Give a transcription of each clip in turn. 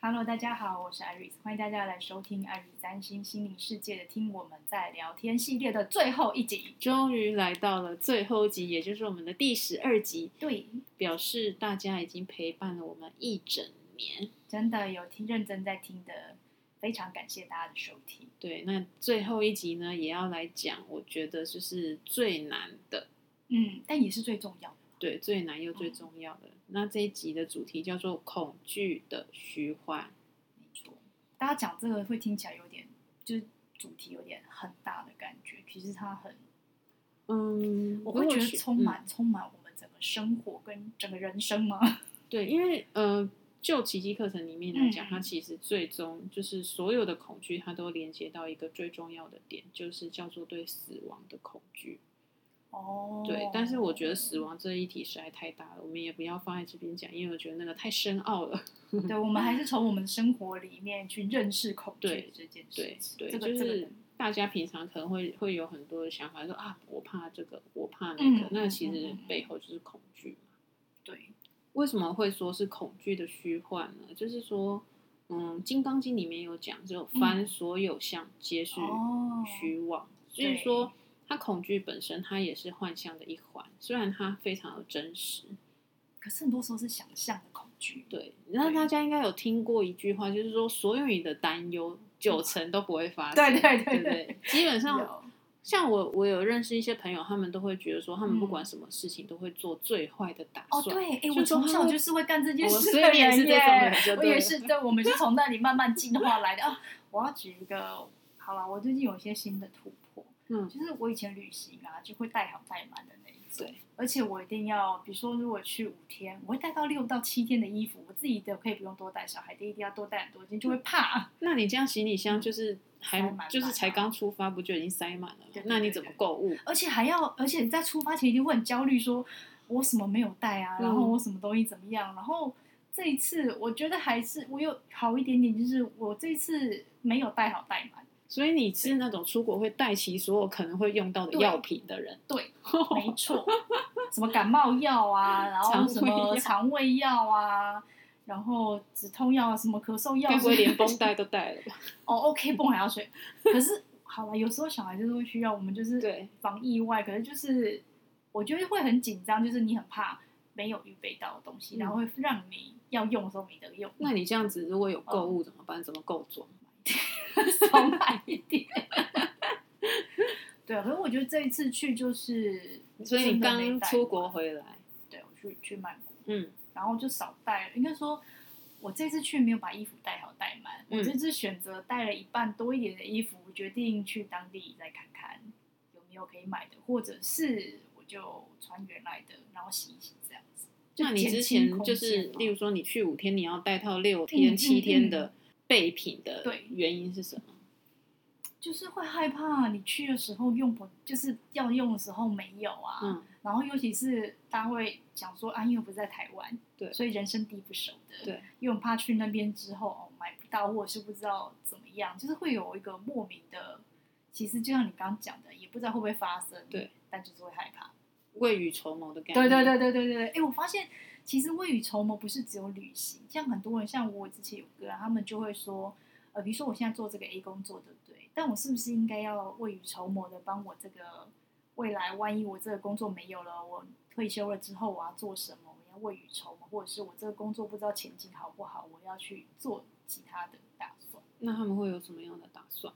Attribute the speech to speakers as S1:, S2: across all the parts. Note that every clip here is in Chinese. S1: Hello，大家好，我是 Iris，欢迎大家来收听《艾 s 占星心灵世界》的听我们在聊天系列的最后一集。
S2: 终于来到了最后一集，也就是我们的第十二集，
S1: 对，
S2: 表示大家已经陪伴了我们一整年。
S1: 真的有听认真在听的，非常感谢大家的收听。
S2: 对，那最后一集呢，也要来讲，我觉得就是最难的，
S1: 嗯，但也是最重要的。
S2: 对，最难又最重要的。那这一集的主题叫做“恐惧的虚幻
S1: 没错，大家讲这个会听起来有点，就是主题有点很大的感觉，其实它很，”。
S2: 嗯，
S1: 我会觉得
S2: 如果
S1: 充
S2: 嗯
S1: 满、充满我们整个生活跟整个人生嘛。
S2: 对，因为呃，就奇迹课程里面来讲，
S1: 嗯
S2: 它其实最终就是所有的恐惧，它都连接到一个最重要的点，就是叫做对死亡的恐惧。
S1: 哦，
S2: 对，但是我觉得 死亡这一题实在太大了，我们也不要放在这边讲，因为我觉得那个太深奥了。
S1: 对，我们还是从我们的生活里面去认识恐惧
S2: 对
S1: 这件事
S2: 对
S1: 情。
S2: 对，
S1: 这个
S2: 就
S1: 这个
S2: 是
S1: 人
S2: 大家平常可能会会有很多的想法，说啊，我怕这个，我怕那
S1: 嗯
S2: 个，
S1: 嗯
S2: 那其
S1: 嗯
S2: 实
S1: 嗯嗯
S2: 背后就是恐惧嘛。
S1: 对，
S2: 为什么会说是恐惧的虚幻呢？就是说，嗯，《金刚经》里面有讲，只有凡所有相皆是
S1: 嗯哦，
S2: 虚妄，所以
S1: 对
S2: 说它恐惧本身它也是幻象的一环，虽然它非常的真实。
S1: 可是很多时候是想象的恐惧。
S2: 对，那
S1: 对
S2: 大家应该有听过一句话，就是说所有你的担忧九成都不会发生，
S1: 嗯对对对
S2: 对不啊
S1: 对
S2: 对，基本上
S1: 有
S2: 像我，我有认识一些朋友，他们都会觉得说，他们不
S1: 嗯
S2: 管什么事情都会做最坏的打
S1: 哦，
S2: 算。
S1: 对，哎，
S2: 就
S1: 我
S2: 说
S1: 从
S2: 他
S1: 小
S2: 会
S1: 就是会干这件
S2: 哦
S1: 事
S2: 所以
S1: 的
S2: 你也
S1: 人
S2: 是这种
S1: 耶
S2: 人就
S1: 我
S2: 对
S1: 也
S2: 了
S1: 是，对，我们是从那里慢慢进化来的啊。我要举一个，好了，我最近有一些新的突破，
S2: 嗯
S1: 就是我以前旅行啊，就会带好带满的那一种，
S2: 对，
S1: 而且我一定要，比如说如果去五天，我会带到六到七天的衣服，我自己的可以不用多带，小孩的一定要多带很多件，就会怕。
S2: 那你这样行李箱就是还
S1: 嗯塞满
S2: 就是
S1: 满
S2: 才
S1: 啊
S2: 刚出发，不就已经塞满了吗
S1: 对对？
S2: 那你
S1: 对
S2: 怎么
S1: 对
S2: 购物？
S1: 而且还要，而且在出发前一定会很焦虑，说我什么没有带啊，然后
S2: 嗯
S1: 我什么东西怎么样，然后这一次我觉得还是我有好一点点，就是我这一次没有带好带满，
S2: 所以你是那种出国会带齐所有可能会用到的
S1: 对
S2: 药品的人。
S1: 对，没错， 什么感冒药啊，然后什
S2: 肠胃
S1: 么
S2: 药
S1: 肠胃药啊。然后止痛药啊，什么咳嗽药
S2: 该
S1: 啊，
S2: 不会连绷带都带了吧？
S1: 哦，OK，泵还要水。可是好了，有时候小孩就是会需要，我们就是
S2: 对
S1: 防意外，可是就是我觉得会很紧张，就是你很怕没有预备到的东西，
S2: 嗯
S1: 然后会让你要用的时候没得用，
S2: 那你这样子如果有购
S1: 嗯
S2: 物怎么办？怎么够装？
S1: 少买一点。对，可是我觉得这一次去就是，
S2: 所以你刚出国，回来，
S1: 啊对我去去曼谷，
S2: 嗯，
S1: 然后就少带了，应该说。我这次去没有把衣服带好带满，
S2: 嗯
S1: 我这次选择带了一半多一点的衣服，决定去当地再看看有没有可以买的，或者是我就穿原来的，然后洗一洗这样子。就
S2: 那你
S1: 减
S2: 之
S1: 轻
S2: 前
S1: 空
S2: 就是，
S1: 间嘛
S2: 例如说你去五天，你要带套六
S1: 嗯
S2: 天、
S1: 嗯
S2: 七天
S1: 嗯
S2: 的备品的
S1: 对
S2: 原因是什么？
S1: 就是会害怕你去的时候用不，就是要用的时候没有啊。
S2: 嗯，
S1: 然后尤其是大家会讲说啊，因为不是在台湾，
S2: 对
S1: 所以人生地不熟的，
S2: 对，
S1: 因为我怕去那边之后哦买不到，或者是不知道怎么样，就是会有一个莫名的，其实就像你刚刚讲的，也不知道会不会发生，
S2: 对，
S1: 但就是会害怕。
S2: 未雨绸缪的感觉。
S1: 对对对对对对对，哎，我发现其实未雨绸缪不是只有旅行，像很多人，像我之前有个啊人，他们就会说，呃，比如说我现在做这个 A 工作，对不对？但我是不是应该要未雨绸缪的帮我这个未来，万一我这个工作没有了，我退休了之后我要做什么？我要未雨绸缪，或者是我这个工作不知道前景好不好，我要去做其他的打算。
S2: 那他们会有什么样的打算？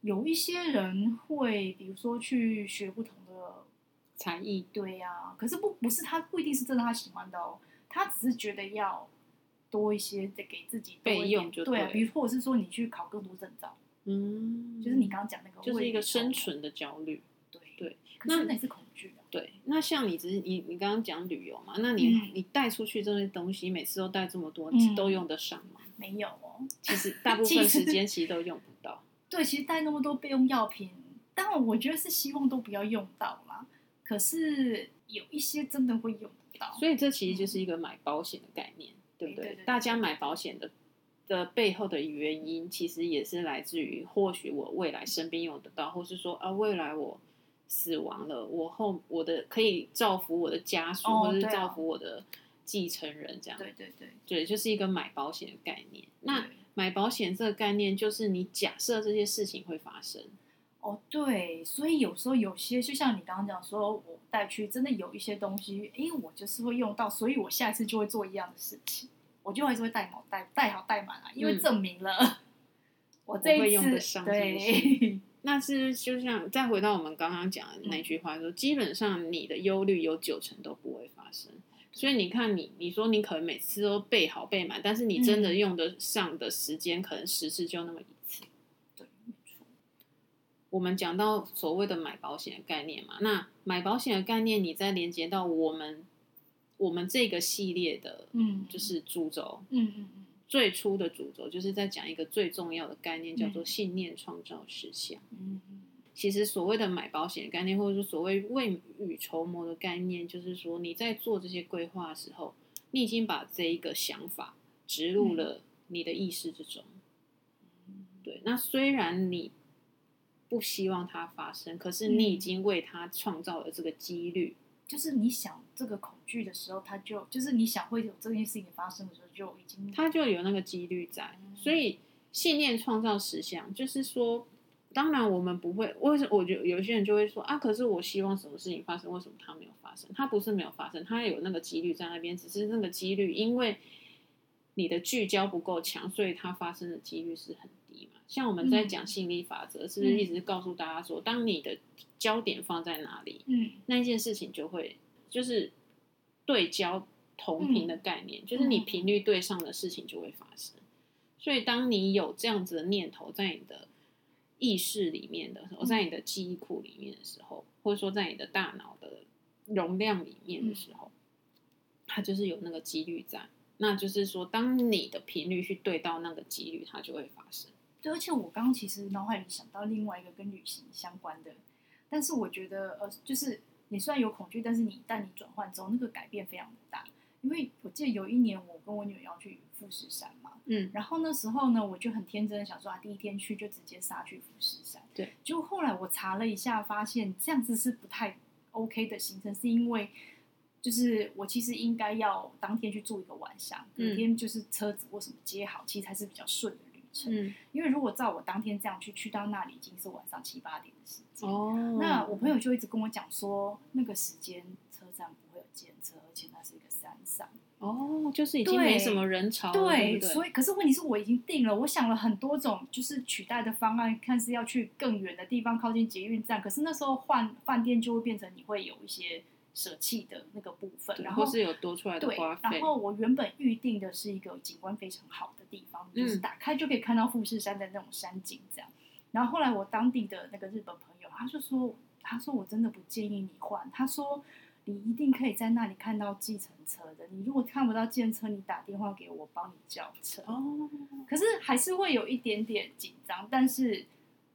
S1: 有一些人会，比如说去学不同的
S2: 才艺
S1: 对呀、可是不不是他不一定是真的他喜欢的哦，他只是觉得要多一些，再给自己多一
S2: 备
S1: 点
S2: 用就
S1: 对啊，
S2: 对
S1: 比如或者是说你去考更多证照，
S2: 嗯，
S1: 就是你刚刚讲那个未雨绸缪，
S2: 就是一个生存的焦虑。
S1: 对
S2: 对，
S1: 可是
S2: 那
S1: 那也是恐惧啊的，
S2: 对，那像你只是你你刚刚讲旅游嘛，那你、
S1: 嗯
S2: 你带出去这些东西，每次都带这么多，
S1: 嗯
S2: 都用得上吗？
S1: 没有哦。
S2: 其实 大部
S1: 其
S2: 分
S1: 实
S2: 时间其实都用不到。
S1: 对，其实带那么多备用药品，当然我觉得是希望都不要用到啦。可是有一些真的会用得到，
S2: 所以这其实就是一个买保险的概念，对不
S1: 对对对
S2: 大家买保险的的背后的原因，其实也是来自于或许我未来生病用得到，或是说啊未来我死亡了，我后我的可以造福我的家属，
S1: 哦
S2: 或者是
S1: 对啊
S2: 造福我的继承人这样。
S1: 对对对，
S2: 对，就是一个买保险的概念。那
S1: 对
S2: 买保险这个概念，就是你假设这些事情会发生，
S1: 哦对，所以有时候有些就像你刚刚讲说，我带去真的有一些东西，因为我就是会用到，所以我下一次就会做一样的事情，我就还是会带好带带好带满啊，因为
S2: 嗯
S1: 证明了、 我这
S2: 我会
S1: 一
S2: 用得
S1: 次
S2: 上
S1: 对
S2: 那是就像再回到我们刚刚讲的
S1: 嗯
S2: 那句话说，基本上你的忧虑有九成都不会发生。所以你看你，你说你可能每次都备好备满，但是你真的
S1: 嗯
S2: 用得上的时间，可能十次就那么一次。
S1: 对，没错，
S2: 我们讲到所谓的买保险的概念嘛，那买保险的概念，你再连接到我们我们这个系列的，
S1: 嗯，
S2: 就是主轴，
S1: 嗯嗯嗯
S2: 最初的主轴就是在讲一个最重要的概念，叫做信念创造实现。
S1: 嗯嗯
S2: 其实所谓的买保险的概念，或者说所谓未雨绸缪的概念，就是说你在做这些规划的时候，你已经把这一个想法植入了你的意识之中。
S1: 嗯，
S2: 对，那虽然你不希望它发生，可是你已
S1: 嗯
S2: 经为它创造了这个几率。
S1: 就是你想这个恐惧的时候，它就就是你想会有这件事情发生的时候，就已经
S2: 它就有那个几率在。所以信念创造实相，就是说，当然我们不会，为什我觉得有些人就会说啊，可是我希望什么事情发生，为什么它没有发生？它不是没有发生，它有那个几率在那边，只是那个几率因为你的聚焦不够强，所以它发生的几率是很低嘛。像我们在讲吸引力法则，是不是一直告诉大家说，当你的焦点放在哪里，
S1: 嗯
S2: 那一件事情就会就是对焦同
S1: 嗯
S2: 频的概念，就是你频率对上的事情就会发生。所以，当你有这样子的念头在你的意识里面的时候，
S1: 嗯
S2: 在你的记忆库里面的时候，或者说在你的大脑的容量里面
S1: 嗯
S2: 的时候，它就是有那个几率在。那就是说，当你的频率去对到那个几率，它就会发生。
S1: 对，而且我刚刚其实脑海里想到另外一个跟旅行相关的，但是我觉得呃，就是你虽然有恐惧，但是你一旦你转换之后，那个改变非常的大。因为我记得有一年我跟我女儿要去富士山嘛，
S2: 嗯，
S1: 然后那时候呢，我就很天真的想说啊，第一天去就直接杀去富士山。
S2: 对，
S1: 就后来我查了一下，发现这样子是不太 OK 的行程，是因为就是我其实应该要当天去住一个晚上，
S2: 嗯
S1: 隔天就是车子或什么接好，其实才是比较顺的旅程。
S2: 嗯，
S1: 因为如果照我当天这样去，去到那里已经是晚上七八点的时间。
S2: 哦
S1: 那我朋友就一直跟我讲说，那个时间车站不会有检车，而且那是一个山上。
S2: 哦，就是已经
S1: 对
S2: 没什么人潮了，哦对不对？
S1: 所以可是问题是我已经定了，我想了很多种就是取代的方案，看是要去更远的地方，靠近捷运站。可是那时候换饭店就会变成你会有一些舍弃的那个部分，
S2: 对
S1: 然
S2: 或
S1: 后
S2: 是有多出来的
S1: 对
S2: 花，费
S1: 然，后我原本预定的是一个景观非常好的地方，就是
S2: 嗯
S1: 打开就可以看到富士山的那种山景这样。然后后来我当地的那个日本朋友，他就说，他说我真的不建议你换，他说你一定可以在那里看到计程车的，你如果看不到计程车，你打电话给我，我帮你叫车。
S2: 哦，
S1: 可是还是会有一点点紧张，但是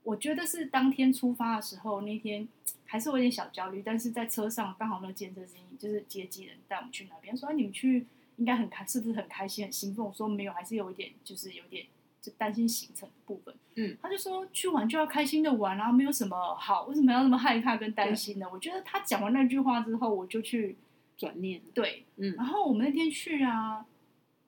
S1: 我觉得是当天出发的时候，那天还是有点小焦虑，但是在车上刚好那个健身机就是接机人带我们去哪边，说、啊、你们去应该很开，是不是很开心很兴奋？我说没有，还是有一点就是有点就担心行程的部分。
S2: 嗯，
S1: 他就说去玩就要开心的玩啊，没有什么好，为什么要那么害怕跟担心呢？我觉得他讲完那句话之后，我就去
S2: 转念，
S1: 对
S2: 嗯
S1: 然后我们那天去啊，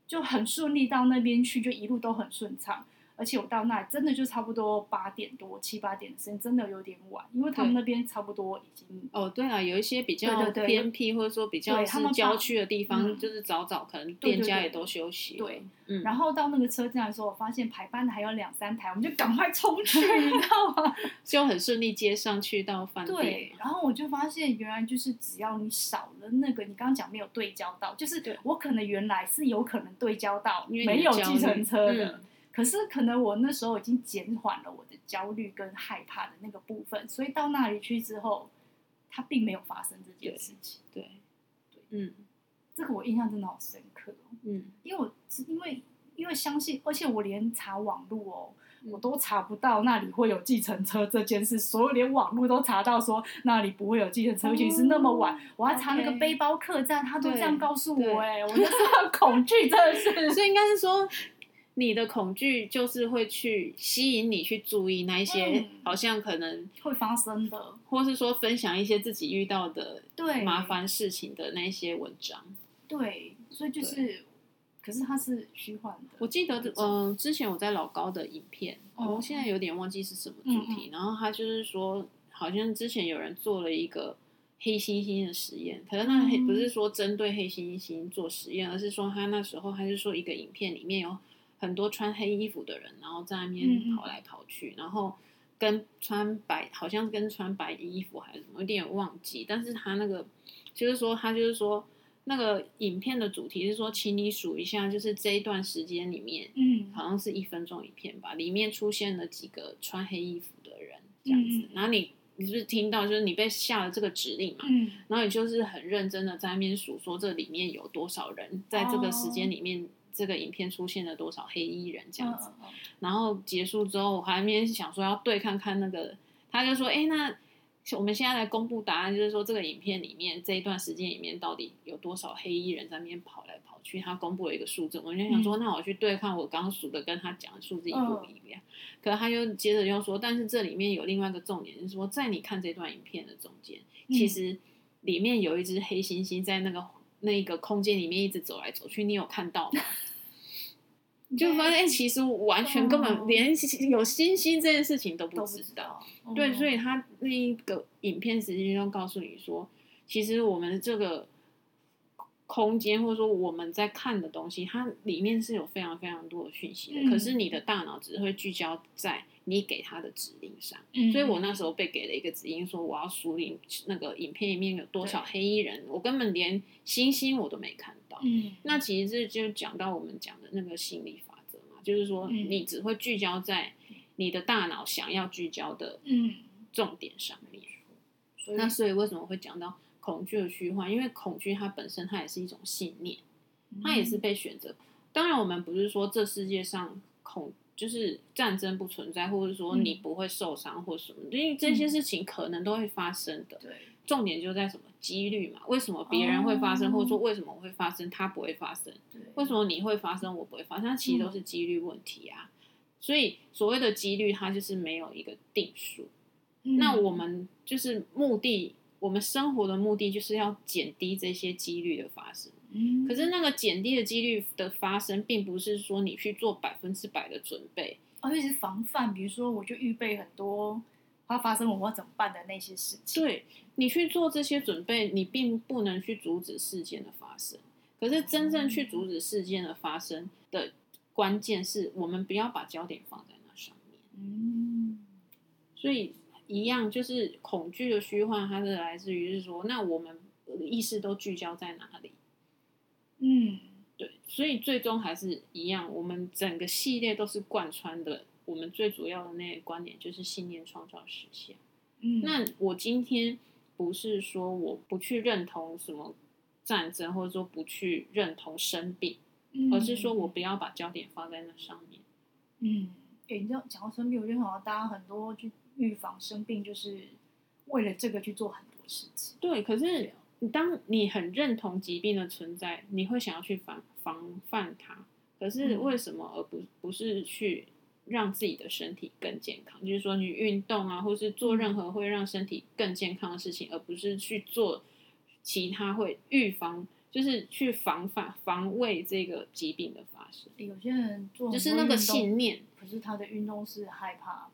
S1: 就很顺利到那边去，就一路都很顺畅。而且我到那里真的就差不多八点多、七八点的时间，真的有点晚，因为他们
S2: 对
S1: 那边差不多已经
S2: 哦，对了，有一些比较
S1: 对对对
S2: 偏僻或者说比较
S1: 对他
S2: 是
S1: 们把
S2: 郊区的地方，
S1: 嗯
S2: 就是早早可能
S1: 对对
S2: 店家
S1: 对
S2: 也都休息了，
S1: 对
S2: 嗯，
S1: 然后到那个车站的时候，我发现排班的还有两三台，我们就赶快冲 去，你知道吗？
S2: 就很顺利接上去到饭店
S1: 对，，然后我就发现原来就是只要你少了那个，你刚刚讲没有对焦到，就是
S2: 对
S1: 我可能原来是有可能对焦到
S2: 因为
S1: 没
S2: 你的
S1: 有
S2: 焦
S1: 计程
S2: 虑
S1: 车的，
S2: 嗯
S1: 可是可能我那时候已经减缓了我的焦虑跟害怕的那个部分，所以到那里去之后，它并没有发生这件事情。
S2: 对，嗯
S1: 这个我印象真的好深刻哦、
S2: 嗯，
S1: 因为我是因为因为相信，而且我连查网路哦、
S2: 嗯
S1: 我都查不到那里会有计程车这件事，所有连网路都查到说那里不会有计程车，尤其是那么晚，我还查那个
S2: 哦 OK
S1: 背包客栈，他都这
S2: 对
S1: 样告诉
S2: 对
S1: 我、哎，我那时候恐惧真的 是。
S2: 所以应该是说。你的恐惧就是会去吸引你去注意那一些
S1: 嗯
S2: 好像可能，
S1: 会发生的，
S2: 或是说分享一些自己遇到的
S1: 对，
S2: 麻烦事情的那一些文章，
S1: 对，所以就是，可是它是虚幻的。
S2: 我记得
S1: 那，种
S2: 嗯、之前我在老高的影片，
S1: 哦嗯
S2: 我现在有点忘记是什么主题。然后他就是说，好像之前有人做了一个黑猩猩的实验，可是那黑、
S1: 嗯
S2: 不是说针对黑猩猩做实验，而是说他那时候他是说一个影片里面有很多穿黑衣服的人，然后在那
S1: 嗯
S2: 边
S1: 嗯
S2: 跑来跑去，然后。跟穿白好像跟穿白衣服还是什么，有点忘记。但是他那个就是说，他就是说，那个影片的主题是说，请你数一下，就是这一段时间里面，
S1: 嗯，
S2: 好像是一分钟影片吧，里面出现了几个穿黑衣服的人这样子
S1: 嗯。
S2: 然后你你是不是听到，就是你被下了这个指令嘛？
S1: 嗯，
S2: 然后你就是很认真的在那边数，说这里面有多少人在这个时间里面。这个影片出现了多少黑衣人这样子，哦
S1: 嗯，
S2: 然后结束之后，我还面想说要对看看那个，他就说：“哎，那我们现在来公布答案，就是说这个影片里面这一段时间里面到底有多少黑衣人在那边跑来跑去？”他公布了一个数字，我就想说，那我去对看我刚数的跟他讲的数字一不一样。可是他又接着又说，但是这里面有另外一个重点，就是说在你看这段影片的中间，
S1: 嗯
S2: 其实里面有一只黑猩猩在那个那个空间里面一直走来走去，你有看到吗？
S1: 嗯
S2: 就发 现、欸其实完全根
S1: 哦
S2: 本连有星星这件事情都不
S1: 都不
S2: 知
S1: 知
S2: 道。
S1: 道。哦
S2: 对，所
S1: 以
S2: 以他那一个影片实际上告诉你说，其实我们这个空间或者说我们在看的东西，它里面是有非常非常多的讯息的。
S1: 嗯
S2: 可是你的大脑只会聚焦在你给它的指令上。
S1: 嗯
S2: 所以我那时候被给了一个指令，说我要梳理那个影片里面有多少黑衣人，我根本连星星我都没看到。
S1: 嗯，
S2: 那其实这就讲到我们讲的那个心理法则嘛，就是说
S1: 嗯
S2: 你只会聚焦在你的大脑想要聚焦的
S1: 嗯，
S2: 重点上面。
S1: 所以
S2: 那所以为什么会讲到恐惧的虚幻？因为恐惧它本身它也是一种信念，它也是
S1: 嗯
S2: 被选择。当然，我们不是说这世界上恐就是战争不存在，或者说
S1: 嗯
S2: 你不会受伤或什么，因为这些事情可能都会发生的。
S1: 对，
S2: 重点就在什么几率嘛？为什么别人会发生，
S1: 哦
S2: 或者说为什么我会发生，它不会发生？
S1: 对
S2: 为什么你会发生，我不会发生？它其实
S1: 嗯
S2: 都是几率问题啊。所以所谓的几率，它就是没有一个定数。
S1: 嗯
S2: 那我们就是目的，我们生活的目的就是要减低这些几率的发生。
S1: 嗯
S2: 可是那个减低的几率的发生，并不是说你去做百分之百的准备，
S1: 而且是哦防范，比如说我就预备很多它发生我要怎么办的那些事情。
S2: 对你去做这些准备，你并不能去阻止事件的发生。可是真正去阻止事件的发生的关键是我们不要把焦点放在那上面。
S1: 嗯，
S2: 所以一样就是恐惧的虚幻，它是来自于是说，那我们意识都聚焦在哪里？
S1: 嗯
S2: 对，所以最终还是一样，我们整个系列都是贯穿的。我们最主要的那个观点就是信念创造实现。
S1: 嗯，
S2: 那我今天不是说我不去认同什么战争，或者说不去认同生病，
S1: 嗯
S2: 而是说我不要把焦点放在那上面。
S1: 嗯，诶你知道讲到生病，我觉得好像大家很多去预防生病，就是为了这个去做很多事情。
S2: 对，可是你当你很认同疾病的存在，你会想要去防防范它。可是
S1: 嗯
S2: 为什么而不不是去让自己的身体更健康？就是说你运动啊，或是做
S1: 嗯
S2: 任何会让身体更健康的事情，而不是去做其他会预防，就是去防范防卫这个疾病的发生。
S1: 有些人做很多
S2: 就是那个
S1: 运动
S2: 信念，
S1: 可是他的运动是害怕，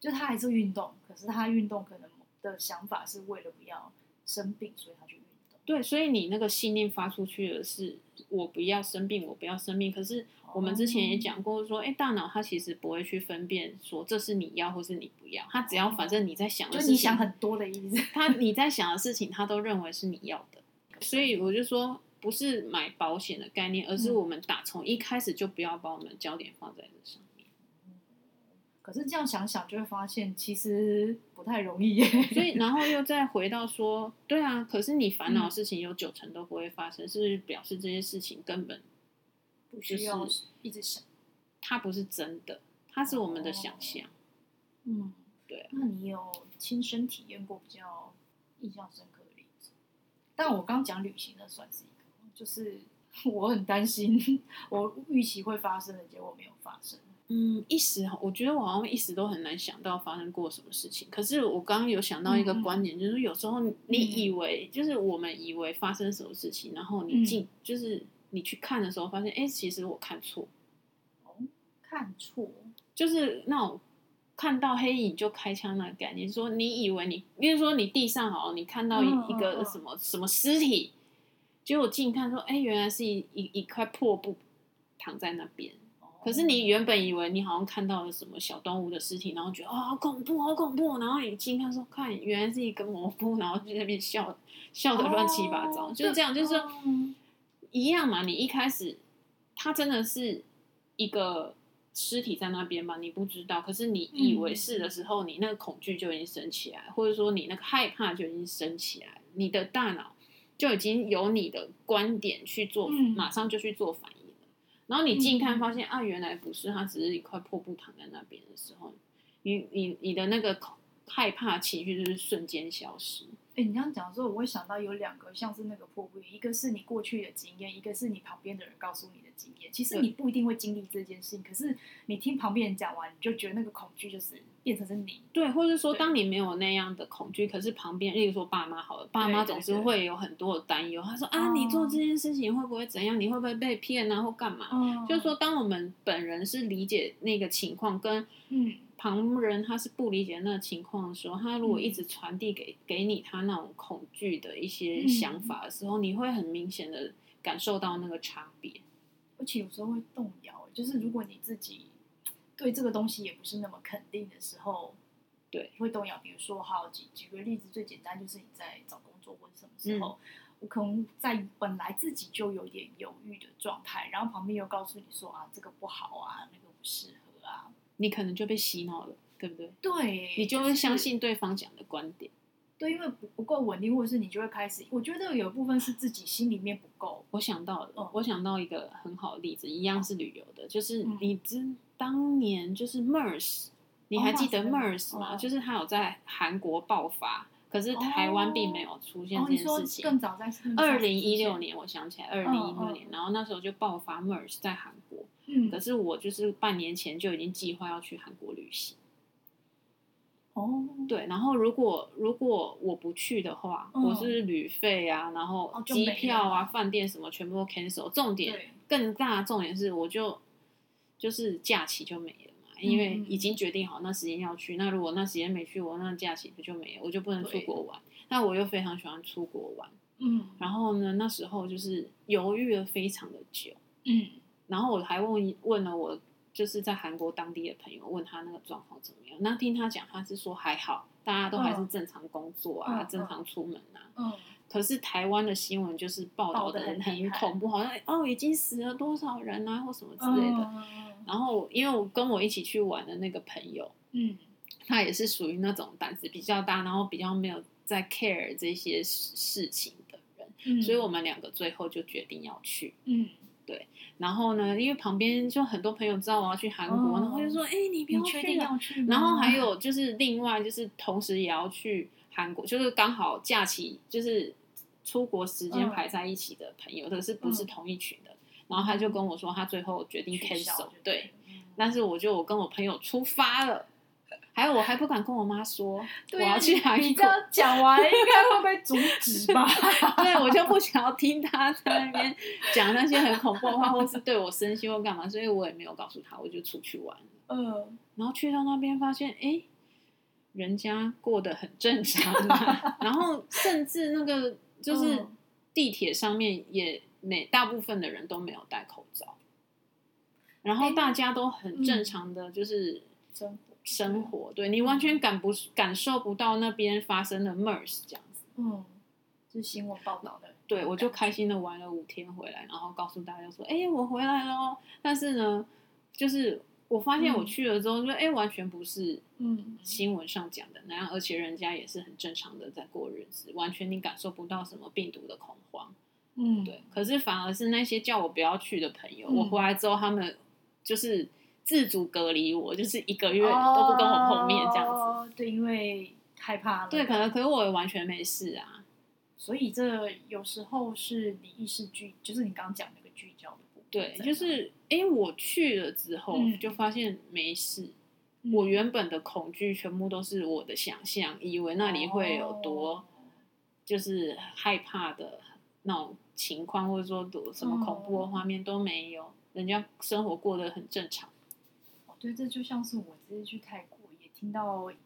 S1: 就他还是运动，可是他运动可能的想法是为了不要生病，所以他去运动。
S2: 对，所以你那个信念发出去的是我不要生病，我不要生病。可是我们之前也
S1: 哦
S2: 讲过说，哎、大脑它其实不会去分辨说这是你要或是你不要，它只要反正你在想
S1: 就
S2: 的事
S1: 是
S2: 情，
S1: 你想很多的意思。
S2: 它你在想的事情，它都认为是你要的。所以我就说，不是买保险的概念，而是
S1: 嗯
S2: 我们打从一开始就不要把我们焦点放在这上面。
S1: 可是这样想想，就会发现其实不太容易耶。
S2: 所以，然后又再回到说，对啊，可是你烦恼
S1: 嗯
S2: 的事情有九成都不会发生，是不是表示这些事情根本
S1: 不需要
S2: 就是
S1: 一直想。
S2: 它不是真的，它是我们的
S1: 哦
S2: 想象。
S1: 嗯，
S2: 对啊
S1: 那你有亲身体验过比较印象深刻的例子？但我刚讲旅行的算是一个，就是我很担心， 我预期会发生的结果没有发生。
S2: 嗯，一时我觉得我好像一时都很难想到发生过什么事情。可是我刚刚有想到一
S1: 嗯
S2: 个
S1: 嗯嗯
S2: 观点，就是有时候你以为、就是我们以为发生什么事情，然后你
S1: 嗯
S2: 进、就是你去看的时候，发现哎、诶其实我看错，
S1: 看错，
S2: 就是那种看到黑影就开枪那个概念。说你以为你，比如说你地上好，你看到一
S1: 嗯嗯
S2: 一个
S1: 嗯
S2: 什么、什么尸体，结果近看说，哎、原来是一一一块破布躺在那边。可是
S1: 哦
S2: 你原本以为你好像看到了什么小动物的尸体，然后觉得哦好恐怖，好恐怖，然后你近看说看原来是一个蘑菇，然后就在那边笑笑的乱七八糟，
S1: 哦
S2: 就是这样，就是说
S1: 嗯
S2: 一样嘛。你一开始它真的是一个尸体在那边嘛，你不知道，可是你以
S1: 嗯
S2: 为是的时候，你那个恐惧就已经升起来，或者说你那个害怕就已经升起来，你的大脑就已经有你的观点去做，
S1: 嗯
S2: 马上就去做反应了。然后你近看
S1: 嗯
S2: 发现、啊，原来不是，它只是一块破布躺在那边的时候，你你你的那个恐害怕情绪就是瞬间消失。
S1: 哎、你这样讲的时候，我会想到有两个像是那个破布，一个是你过去的经验，一个是你旁边的人告诉你的经验。其实
S2: 对
S1: 你不一定会经历这件事情，可是你听旁边人讲完，你就觉得那个恐惧就是变成是你。
S2: 对，或者说，
S1: 对
S2: 当你没有那样的恐惧，可是旁边，例如说爸妈好了，爸妈
S1: 对
S2: 总
S1: 对
S2: 是
S1: 对
S2: 会有很多的担忧。他说啊，
S1: 哦
S2: 你做这件事情会不会怎样？你会不会被骗啊，或干嘛？
S1: 嗯
S2: 就是说，，当我们本人是理解那个情况，跟
S1: 嗯，
S2: 旁人他是不理解那个情况的时候，他如果
S1: 嗯
S2: 一直传递给给你他那种恐惧的一些
S1: 嗯
S2: 想法的时候，你会很明显的感受到那个差别。
S1: 而且有时候会动摇，欸就是如果你自己对这个东西也不是那么肯定的时候，
S2: 对，
S1: 会动摇。比如说，好举举个例子，最简单就是你在找工作或者什么
S2: 嗯
S1: 时候，我可能在本来自己就有点犹豫的状态，然后旁边又告诉你说啊，这个不好啊，那个不适合啊，
S2: 你可能就被洗脑了，对不对？
S1: 对，
S2: 你就会
S1: 是
S2: 相信对方讲的观点。
S1: 对，因为不不够稳定，或者是你就会开始，我觉得有一部分是自己心里面不够，
S2: 我想到了，
S1: 嗯
S2: 我想到一个很好的例子，一样是旅游的，就是
S1: 嗯
S2: 你知当年就是 MERS，你还记得
S1: MERS
S2: MERS 吗？
S1: 哦
S2: 就是它有在韩国爆发，可是台湾并没有出现
S1: 哦，
S2: 这
S1: 你
S2: 件
S1: 说
S2: 事情。
S1: 更早在
S2: 二零一六，年，我想起来，二零一六
S1: 嗯
S2: 年，然后那时候就爆发 MERS 在韩国，
S1: 嗯
S2: 可，是我就是半年前就已经计划要去韩国旅行。
S1: 哦，
S2: 对，然后如果如果我不去的话，
S1: 嗯
S2: 我是旅费啊，然后
S1: 哦就
S2: 机
S1: 没了
S2: 票啊、饭店什么全部都 cancel。重点
S1: 对，
S2: 更大的重点是，我就就是假期就没了嘛，因为
S1: 嗯嗯
S2: 已经决定好那时间要去。那如果那时间没去，我那假期不就没有，我就不能出
S1: 对
S2: 国玩。那我又非常喜欢出国玩，
S1: 嗯，
S2: 然后呢，那时候就是犹豫了非常的久，
S1: 嗯。
S2: 然后我还问问了我就是在韩国当地的朋友，问他那个状况怎么样。那听他讲，他是说还好，大家都还是
S1: 嗯
S2: 正常工作啊，
S1: 嗯嗯
S2: 正常出门啊。
S1: 嗯，
S2: 可是台湾的新闻就是报道
S1: 报得
S2: 的
S1: 很
S2: 很
S1: 厉害
S2: 恐怖，好像哦已经死了多少人啊，或什么之类的。
S1: 嗯
S2: 然后因为我跟我一起去玩的那个朋友，
S1: 嗯
S2: 他也是属于那种胆子比较大，然后比较没有在 care 这些事事情的人，
S1: 嗯，
S2: 所以我们两个最后就决定要去。
S1: 嗯，
S2: 然后呢，因为旁边就很多朋友知道我要去韩国，
S1: 哦
S2: 然后就说：“哎、你不
S1: 你
S2: 要
S1: 确
S2: 去
S1: 定
S2: 了。
S1: 要去吗？
S2: 然后 还有就是另外就是同时也要去韩国，就是刚好假期就是出国时间
S1: 嗯
S2: 排在一起的朋友，可是不是
S1: 嗯
S2: 同一群的。然后他就跟我说，他最后决定
S1: 取消
S2: cancel，
S1: 就
S2: 对，
S1: 了，嗯
S2: 但是我就我跟我朋友出发了，还有我还不敢跟我妈说我
S1: 对啊
S2: 要去
S1: 你
S2: 韩
S1: 你这
S2: 国，
S1: 样讲完，应该会 被阻止吧？
S2: 对我就不想要听她在那边讲那些很恐怖的话，或是对我生气或干嘛，所以我也没有告诉她，我就出去玩了。
S1: 嗯，
S2: 然后去到那边发现，哎，人家过得很正常、啊，然后甚至那个就是
S1: 嗯
S2: 地铁上面也每大部分的人都没有戴口罩，然后
S1: 诶
S2: 大家都很正
S1: 嗯
S2: 常的就是
S1: 真的，
S2: 生活，对你完全感不感受不到那边发生的 MERS 这样子。
S1: 嗯，就是新闻报道的，
S2: 对我就开心的玩了五天回来，然后告诉大家说，哎、我回来喽。但是呢，就是我发现我
S1: 嗯
S2: 去了之后，就哎、诶完全不是
S1: 嗯，
S2: 新闻上讲的那样，而且人家也是很正常的在过日子，完全你感受不到什么病毒的恐慌。
S1: 嗯，
S2: 对，可是反而是那些叫我不要去的朋友，
S1: 嗯
S2: 我回来之后他们就是自主隔离我，就是一个月都不跟我碰面这样子。
S1: 子，哦对，因为害怕了，
S2: 对，可能可是我也完全没事啊。
S1: 所以这有时候是你意识聚，就是你刚刚讲那个聚焦的部分在哪
S2: 对，
S1: 里。
S2: 就是哎，诶我去了之后
S1: 嗯
S2: 就发现没事，
S1: 嗯
S2: 我原本的恐惧全部都是我的想象，以为那里会有多
S1: 哦
S2: 就是害怕的那种情况，或者说多什么恐
S1: 哦
S2: 怖的画面都没有，人家生活过得很正常。
S1: 哦，对，这就像是我这次去泰国也听到，哎，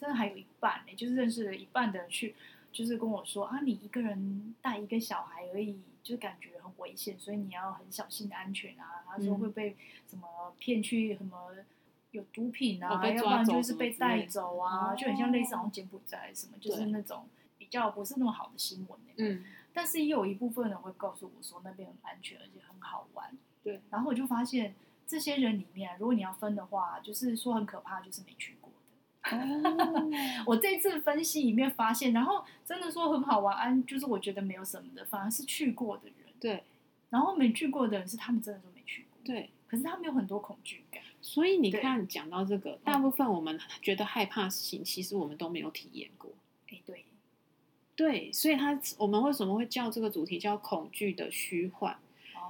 S1: 真的还有一半哎，就是认识了一半的人去，就是跟我说啊，你一个人带一个小孩而已，就感觉很危险，所以你要很小心安全啊。他说
S2: 嗯
S1: 会被什么骗去什么。有毒品
S2: 哦
S1: 啊，
S2: 被
S1: 要不
S2: 抓
S1: 然
S2: 走
S1: 就是
S2: 什么
S1: 被
S2: 之类
S1: 带
S2: 的
S1: 走啊，就很像类似好像柬埔寨什么，就是
S2: 对
S1: 那种比较不是那么好的新闻、欸、
S2: 嗯，
S1: 但是也有一部分人会告诉我说那边很安全，而且很好玩。
S2: 对。
S1: 然后我就发现，这些人里面，如果你要分的话，就是说很可怕，就是没去过的。
S2: 哦，
S1: 我这次分析里面发现，然后真的说很好玩，安就是我觉得没有什么的，反而是去过的人。
S2: 对。
S1: 然后没去过的人是他们真的说没去过，。
S2: 对，
S1: 可是他们有很多恐惧感，
S2: 所以你
S1: 对嗯
S2: 看，讲到这个，大部分我们觉得害怕的事情，其实我们都没有体验过。
S1: 哎，对，
S2: 对，所以它我们为什么会叫这个主题叫恐惧的虚幻？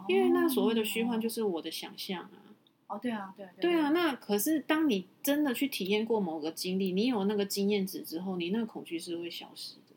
S2: 因为那所谓的虚幻就是是我的想象啊。
S1: 哦，对啊，哦对啊，
S2: 对啊，，那可是当你真的去体验过某个经历，你有那个经验值之后，你那个恐惧是会消失的。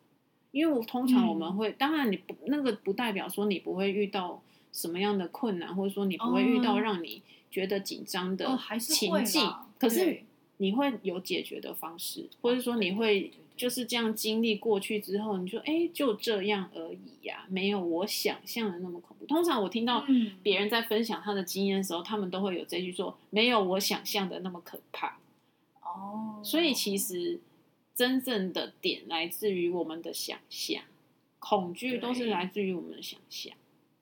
S2: 因为我通常我们
S1: 嗯
S2: 会，当然你不那个不代表说你不会遇到什么样的困难，或者说你不会遇到
S1: 哦
S2: 让你觉得紧张
S1: 哦
S2: 的
S1: 还是会
S2: 情
S1: 啦
S2: 境，可是
S1: 对
S2: 你会有解决的方式，或者说你
S1: 哦对对
S2: 会
S1: 对对
S2: 就是这样经历过去之后，你就哎就这样而已呀、没有我想象的那么恐怖。通常我听到
S1: 嗯，
S2: 别人在分享他的经验的时候，他们都会有这句说：“没有我想象的那么可怕。
S1: 哦，”
S2: 所以其实真正的点来自于我们的想象，恐惧都是
S1: 对
S2: 来自于我们的想象。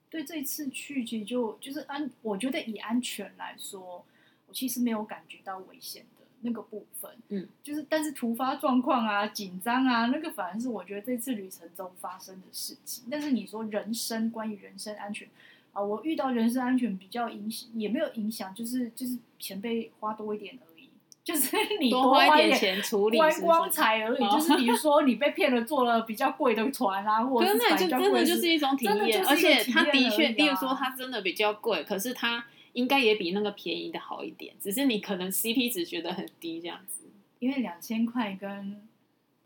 S1: 对这一次去，其实就就是安，我觉得以安全来说，我其实没有感觉到危险的那个部分。
S2: 嗯，
S1: 就是但是突发状况啊、紧张啊，那个反而是我觉得这次旅程中发生的事情。但是你说人身，关于人身安全啊、我遇到人身安全比较影响，也没有影响，就是就是钱被花多一点而已，就是你
S2: 多
S1: 花
S2: 花一
S1: 一
S2: 点。钱处理
S1: 观
S2: 是不
S1: 光
S2: 是，
S1: 财而已，
S2: 哦
S1: 就是比如说你被骗了，坐了比较贵的船啊，或
S2: 可
S1: 者是
S2: 是那
S1: 买
S2: 就
S1: 比较
S2: 真
S1: 贵
S2: 的
S1: 的
S2: 就是一种体
S1: 真的就
S2: 验，
S1: 是
S2: 而
S1: 一个
S2: 且
S1: 体
S2: 它
S1: 验
S2: 的
S1: 而
S2: 确，
S1: 已
S2: 例如
S1: 啊
S2: 说它真的比较贵，可是它应该也比那个便宜的好一点，只是你可能 CP 值觉得很低这样 子。
S1: 因为两千块跟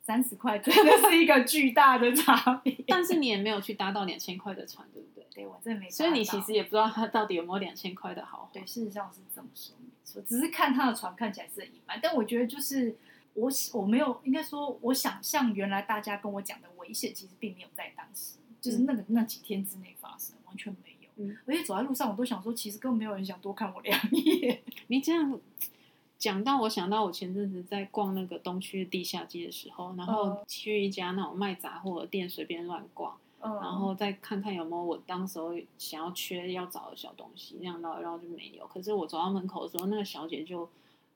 S1: 三十块真的是一个巨大的差别。
S2: 但是你也没有去搭到两千块的船，对不 对？
S1: 对我真的没查
S2: 所
S1: 到，
S2: 以你其实也不知道它到底有没有两千块的豪华
S1: 对，。事实上是这么说没错，只是看他的船看起来是很一般，但我觉得就是我我没有应该说，我想象原来大家跟我讲的危险，其实并没有在当时，就是那个那几天之内发生，完全没有。
S2: 嗯
S1: 而且走在路上，我都想说，其实根本没有人想多看我两 眼。
S2: 你这样讲到，我想到我前阵子在逛那个东区地下街的时候，然后去一家那种卖杂货的店随便乱逛，
S1: 嗯，
S2: 然后再看看有没有我当时候想要缺要找的小东西，那样绕一绕就没有。可是我走到门口的时候，那个小姐就。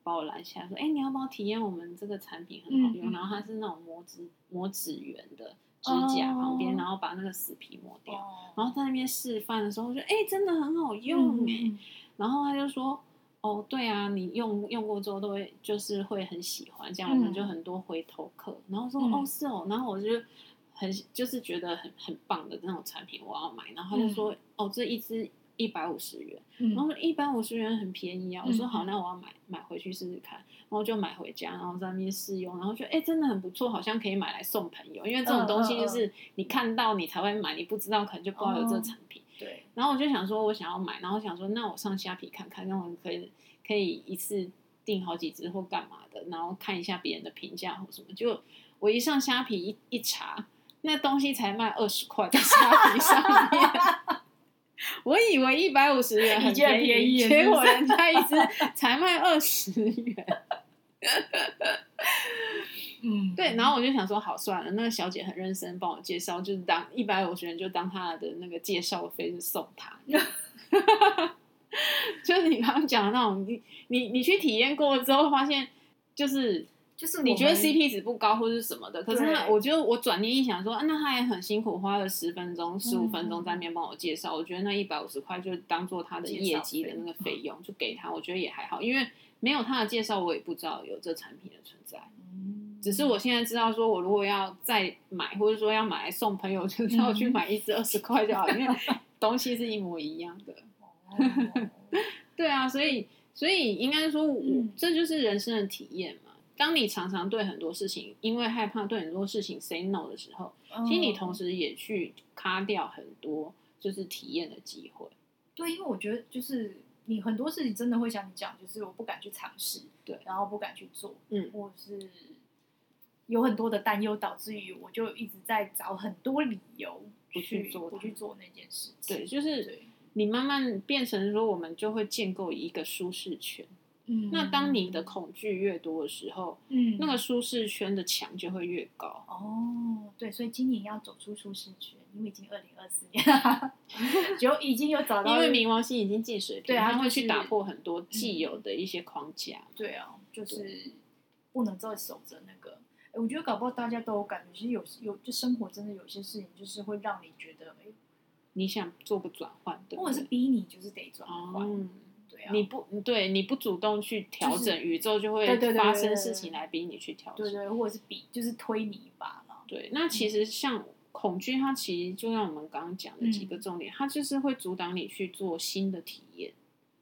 S2: 把我拦下来说：“哎、你要不要体验我们这个产品很好用？
S1: 嗯嗯
S2: 然后它是那种磨指磨指缘的指甲旁
S1: 哦
S2: 边，然后把那个死皮磨掉。
S1: 哦
S2: 然后在那边示范的时候，我觉得哎、诶真的很好用哎、
S1: 嗯嗯嗯
S2: 然后他就说，哦，对啊，你用用过之后都会就是会很喜欢，这样我
S1: 嗯
S2: 们就很多回头客。然后说，
S1: 嗯
S2: 哦，是哦，然后我就很就是觉得很很棒的那种产品，我要买。然后他就说，哦，这一支一百五十元，
S1: 嗯
S2: 然后说一百五十元很便宜啊。我说
S1: 嗯
S2: 好，那我要买买回去试试看。然后就买回家，然后在那边试用，然后觉得哎、诶真的很不错，好像可以买来送朋友，因为这种
S1: 嗯
S2: 东西
S1: 嗯
S2: 就
S1: 嗯
S2: 是你看到你才会买，你不知道可能就不知道有这
S1: 哦
S2: 个产品。
S1: 对，
S2: 然后我就想说，我想要买，然后想说，那我上虾皮看看，那我可以可以一次订好几只或干嘛的，然后看一下别人的评价或什么。结果我一上虾皮一一查，那东西才卖二十块在虾皮上面。 我以为一百五十元很
S1: 已经很
S2: 便
S1: 便宜了
S2: 结
S1: 是不
S2: 果
S1: 是
S2: 人家一只才卖二十元。
S1: 嗯，
S2: 对，然后我就想说，好算了，那个小姐很认真帮我介绍，就是当一百五十元就当她的那个介绍费，就送她。 就是你刚刚讲的那种，你你你去体验过之后，发现就是
S1: 就是
S2: 你
S1: 我
S2: 觉得
S1: 们
S2: CP 值不高或是什么的，可是那
S1: 对
S2: 我觉得我转念一想说，啊、那他也很辛苦，花了十分钟、十五
S1: 嗯
S2: 分钟在那边帮我介绍，我觉得那一百五十块就当做他的
S1: 介
S2: 业
S1: 绍
S2: 绩的
S1: 费嗯
S2: 那个费用，就给他，我觉得也还好，因为没有他的介绍，我也不知道有这产品的存在。
S1: 嗯
S2: 只 是我现在知道，说我
S1: 嗯
S2: 如果要再买，或者说要买来送朋友，就是要去买一支二十块就好，因为东西是一模一样的。
S1: 哦
S2: 对啊，所以所以应该说我，
S1: 嗯
S2: 这就是人生的体验嘛。当你常常对很多事情因为害怕对很多事情 say no 的时候，其实
S1: 嗯哦
S2: 你同时也去卡掉很多就是体验的机会。
S1: 对，因为我觉得就是你很多事情真的会像你讲，就是我不敢去尝试，
S2: 对
S1: 然后不敢去做，
S2: 嗯
S1: 或是有很多的担忧，导致于我就一直在找很多理由
S2: 不去
S1: 去
S2: 做它
S1: 不去做那件事情。
S2: 对，就是
S1: 对，
S2: 你慢慢变成说，我们就会建构一个舒适圈。
S1: 嗯
S2: 那当你的恐惧越多的时候，
S1: 嗯
S2: 那个舒适圈的墙就会越高。
S1: 哦，对，所以今年要走出舒适圈，因为已经二零二四年， 就已经有找到
S2: 因为冥王星已经进水瓶，
S1: 对啊
S2: 它会
S1: 就是嗯
S2: 去打破很多既有的一些框架。
S1: 对啊，就是不能再守着那个。诶我觉得搞不好大家都有感觉，其实有有就生活真的有些事情，就是会让你觉得，哎、
S2: 你想做个转换，对不
S1: 或者是
S2: 对？
S1: 逼你就是得转换，
S2: 哦，
S1: 对啊，
S2: 你不对，你不主动去调整，
S1: 就是
S2: 宇宙就会
S1: 对对对对
S2: 发
S1: 对
S2: 生
S1: 对
S2: 事情来逼你去调整。
S1: 对嗯对，或者是逼就是推你一把啦。
S2: 对那其实像恐惧，它其实就像我们刚刚讲的
S1: 嗯
S2: 几个重点，它就是会阻挡你去做新的体验。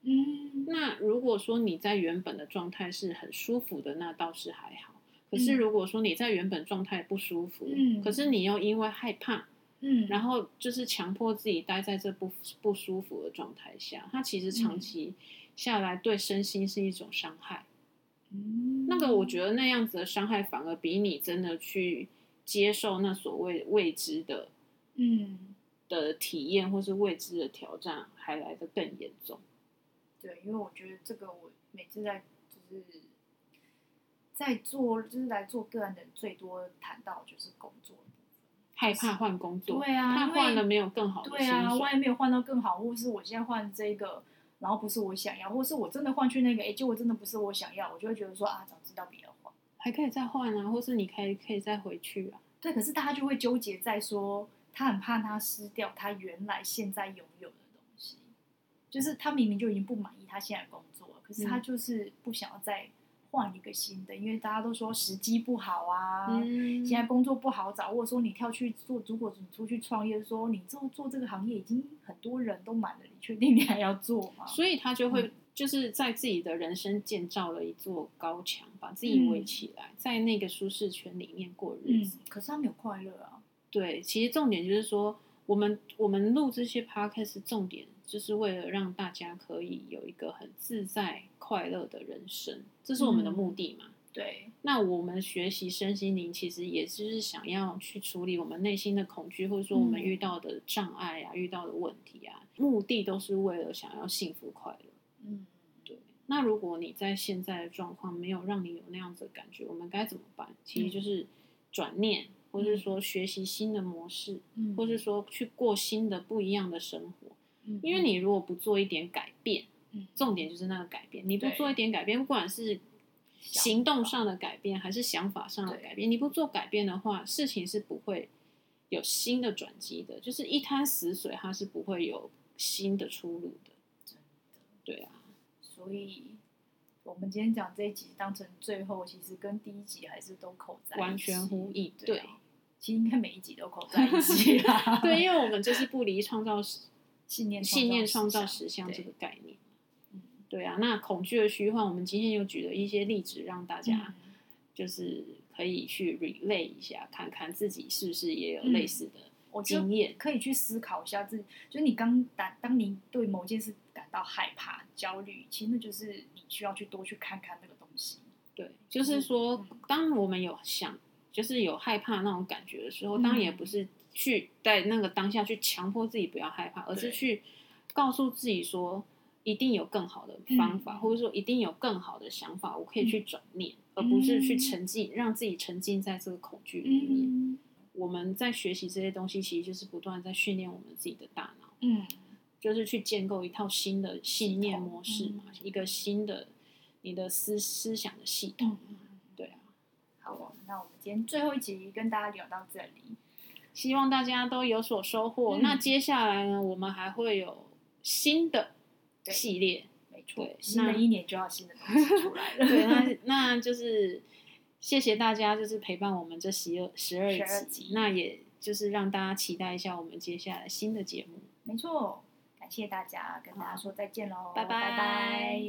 S1: 嗯，
S2: 那如果说你在原本的状态是很舒服的，那倒是还好。可是
S1: 嗯
S2: 如果说你在原本状态不舒服，
S1: 嗯
S2: 可是你又因为害怕，
S1: 嗯，
S2: 然
S1: 后
S2: 后就是强迫自己待在这不不舒服的状态下，它其实
S1: 嗯
S2: 长期下来对身心是一种伤害。
S1: 嗯
S2: 那个我觉得那样子的伤害反而比你真的去接受那所谓未知的
S1: 嗯，
S2: 的体验或是未知的挑战还来得更严重。
S1: 对，因为我觉得这个我每次在就是在做就是来做个案的人最多谈到就是工作的部分。
S2: 害怕换工作，
S1: 对啊
S2: 怕
S1: 因为
S2: 换了没有更好的
S1: 对
S2: 薪
S1: 啊，
S2: 水
S1: 万一没有换到更好，或是我现在换这个，然后不是我想要，或是我真的换去那个，哎，结果真的不是我想要，我就会觉得说啊，早知道不要换。
S2: 还可以再换啊，或是你可以可以再回去啊。
S1: 对，可是大家就会纠结在说，他很怕他失掉他原来现在拥有的东西，就是他明明就已经不满意他现在的工作了，可是他
S2: 嗯
S1: 就是不想要再换一个新的，因为大家都说时机不好啊。
S2: 嗯
S1: 现在工作不好找，或者说你跳去做，如果你出去创业，说你做做这个行业已经很多人都满了，你确定你还要做吗？
S2: 所以他就会
S1: 嗯
S2: 就是在自己的人生建造了一座高墙，把自己围起来，在那个舒适圈里面过日
S1: 嗯
S2: 子。，
S1: 可是他没有快乐啊。
S2: 对，其实重点就是说，我们我们录这些 podcast 重点就是为了让大家可以有一个很自在快乐的人生，这是我
S1: 嗯
S2: 们的目的嘛。
S1: 对，
S2: 那我们学习身心灵，其实也就是想要去处理我们内心的恐惧，或者说我们
S1: 嗯
S2: 遇到的障碍啊、遇到的问题啊，目的都是为了想要幸福快乐。
S1: 嗯，
S2: 对，那如果你在现在的状况没有让你有那样子的感觉，我们该怎么办？其实
S1: 嗯
S2: 就是转念，或是说学习新的模式，
S1: 嗯，
S2: 或是说去过新的不一样的生活。
S1: 嗯，
S2: 因为你如果不做一点改变，
S1: 嗯，
S2: 重点就是那个改变，你不
S1: 对
S2: 做一点改变，不管是
S1: 想
S2: 行动
S1: 法
S2: 上的改变还是想法上的
S1: 对
S2: 改变，你不做改变的话，事情是不会有新的转机的。就是一滩死水，它是不会有新的出路的。
S1: 真的
S2: 对啊，
S1: 所以我们今天讲这一集当成最后，其实跟第一集还是都扣在一起
S2: 完全呼应。
S1: 对啊，其实应该每一集都扣在一起啦
S2: 对，，因为我们就是不离创造实
S1: 信念
S2: 信念创造
S1: 实
S2: 实
S1: 相
S2: 相这
S1: 对
S2: 个概念。
S1: 嗯
S2: 对啊，那恐惧的虚幻，我们今天有举了一些例子，让大家、
S1: 嗯
S2: 就是可以去 relay 一下，看看自己是不是也有类似的
S1: 嗯我觉得
S2: 经验。
S1: 可以去思考一下自己，就是你刚当当你对某件事感到害怕、焦虑，其实那就是你需要去多去看看那个东西。
S2: 对，就是说
S1: 嗯，
S2: 当我们有想，就是有害怕那种感觉的时候，
S1: 嗯
S2: 当然也不是去在那个当下去强迫自己不要害怕，而是
S1: 对
S2: 去告诉自己说，一定有更好的方法，
S1: 嗯
S2: 或者说一定有更好的想法，我可以去转念，而不是去沉浸，让自己沉浸在这个恐惧里面。
S1: 嗯
S2: 我们在学习这些东西，其实就是不断地在训练我们自己的大脑。
S1: 嗯，
S2: 就是去建构一套新的信念模式嘛，
S1: 系统嗯
S2: 一个新的你的思思想的系统。
S1: 嗯嗯
S2: 对啊，
S1: 好哦，那我们今天最后一集跟大家聊到这里。
S2: 希望大家都有所收获。
S1: 嗯
S2: 那接下来呢，我们还会有新的
S1: 对
S2: 系 列。
S1: 没错
S2: 对，
S1: 新的
S2: 那
S1: 一年就要新的东西出来了。
S2: 对， 那那就是谢谢大家，就是陪伴我们这十二十二
S1: 12
S2: 集
S1: 集，
S2: 那也就是让大家期待一下我们接下来新的节目。
S1: 没错，感谢大家，跟大家说再见喽，
S2: 拜
S1: 拜拜。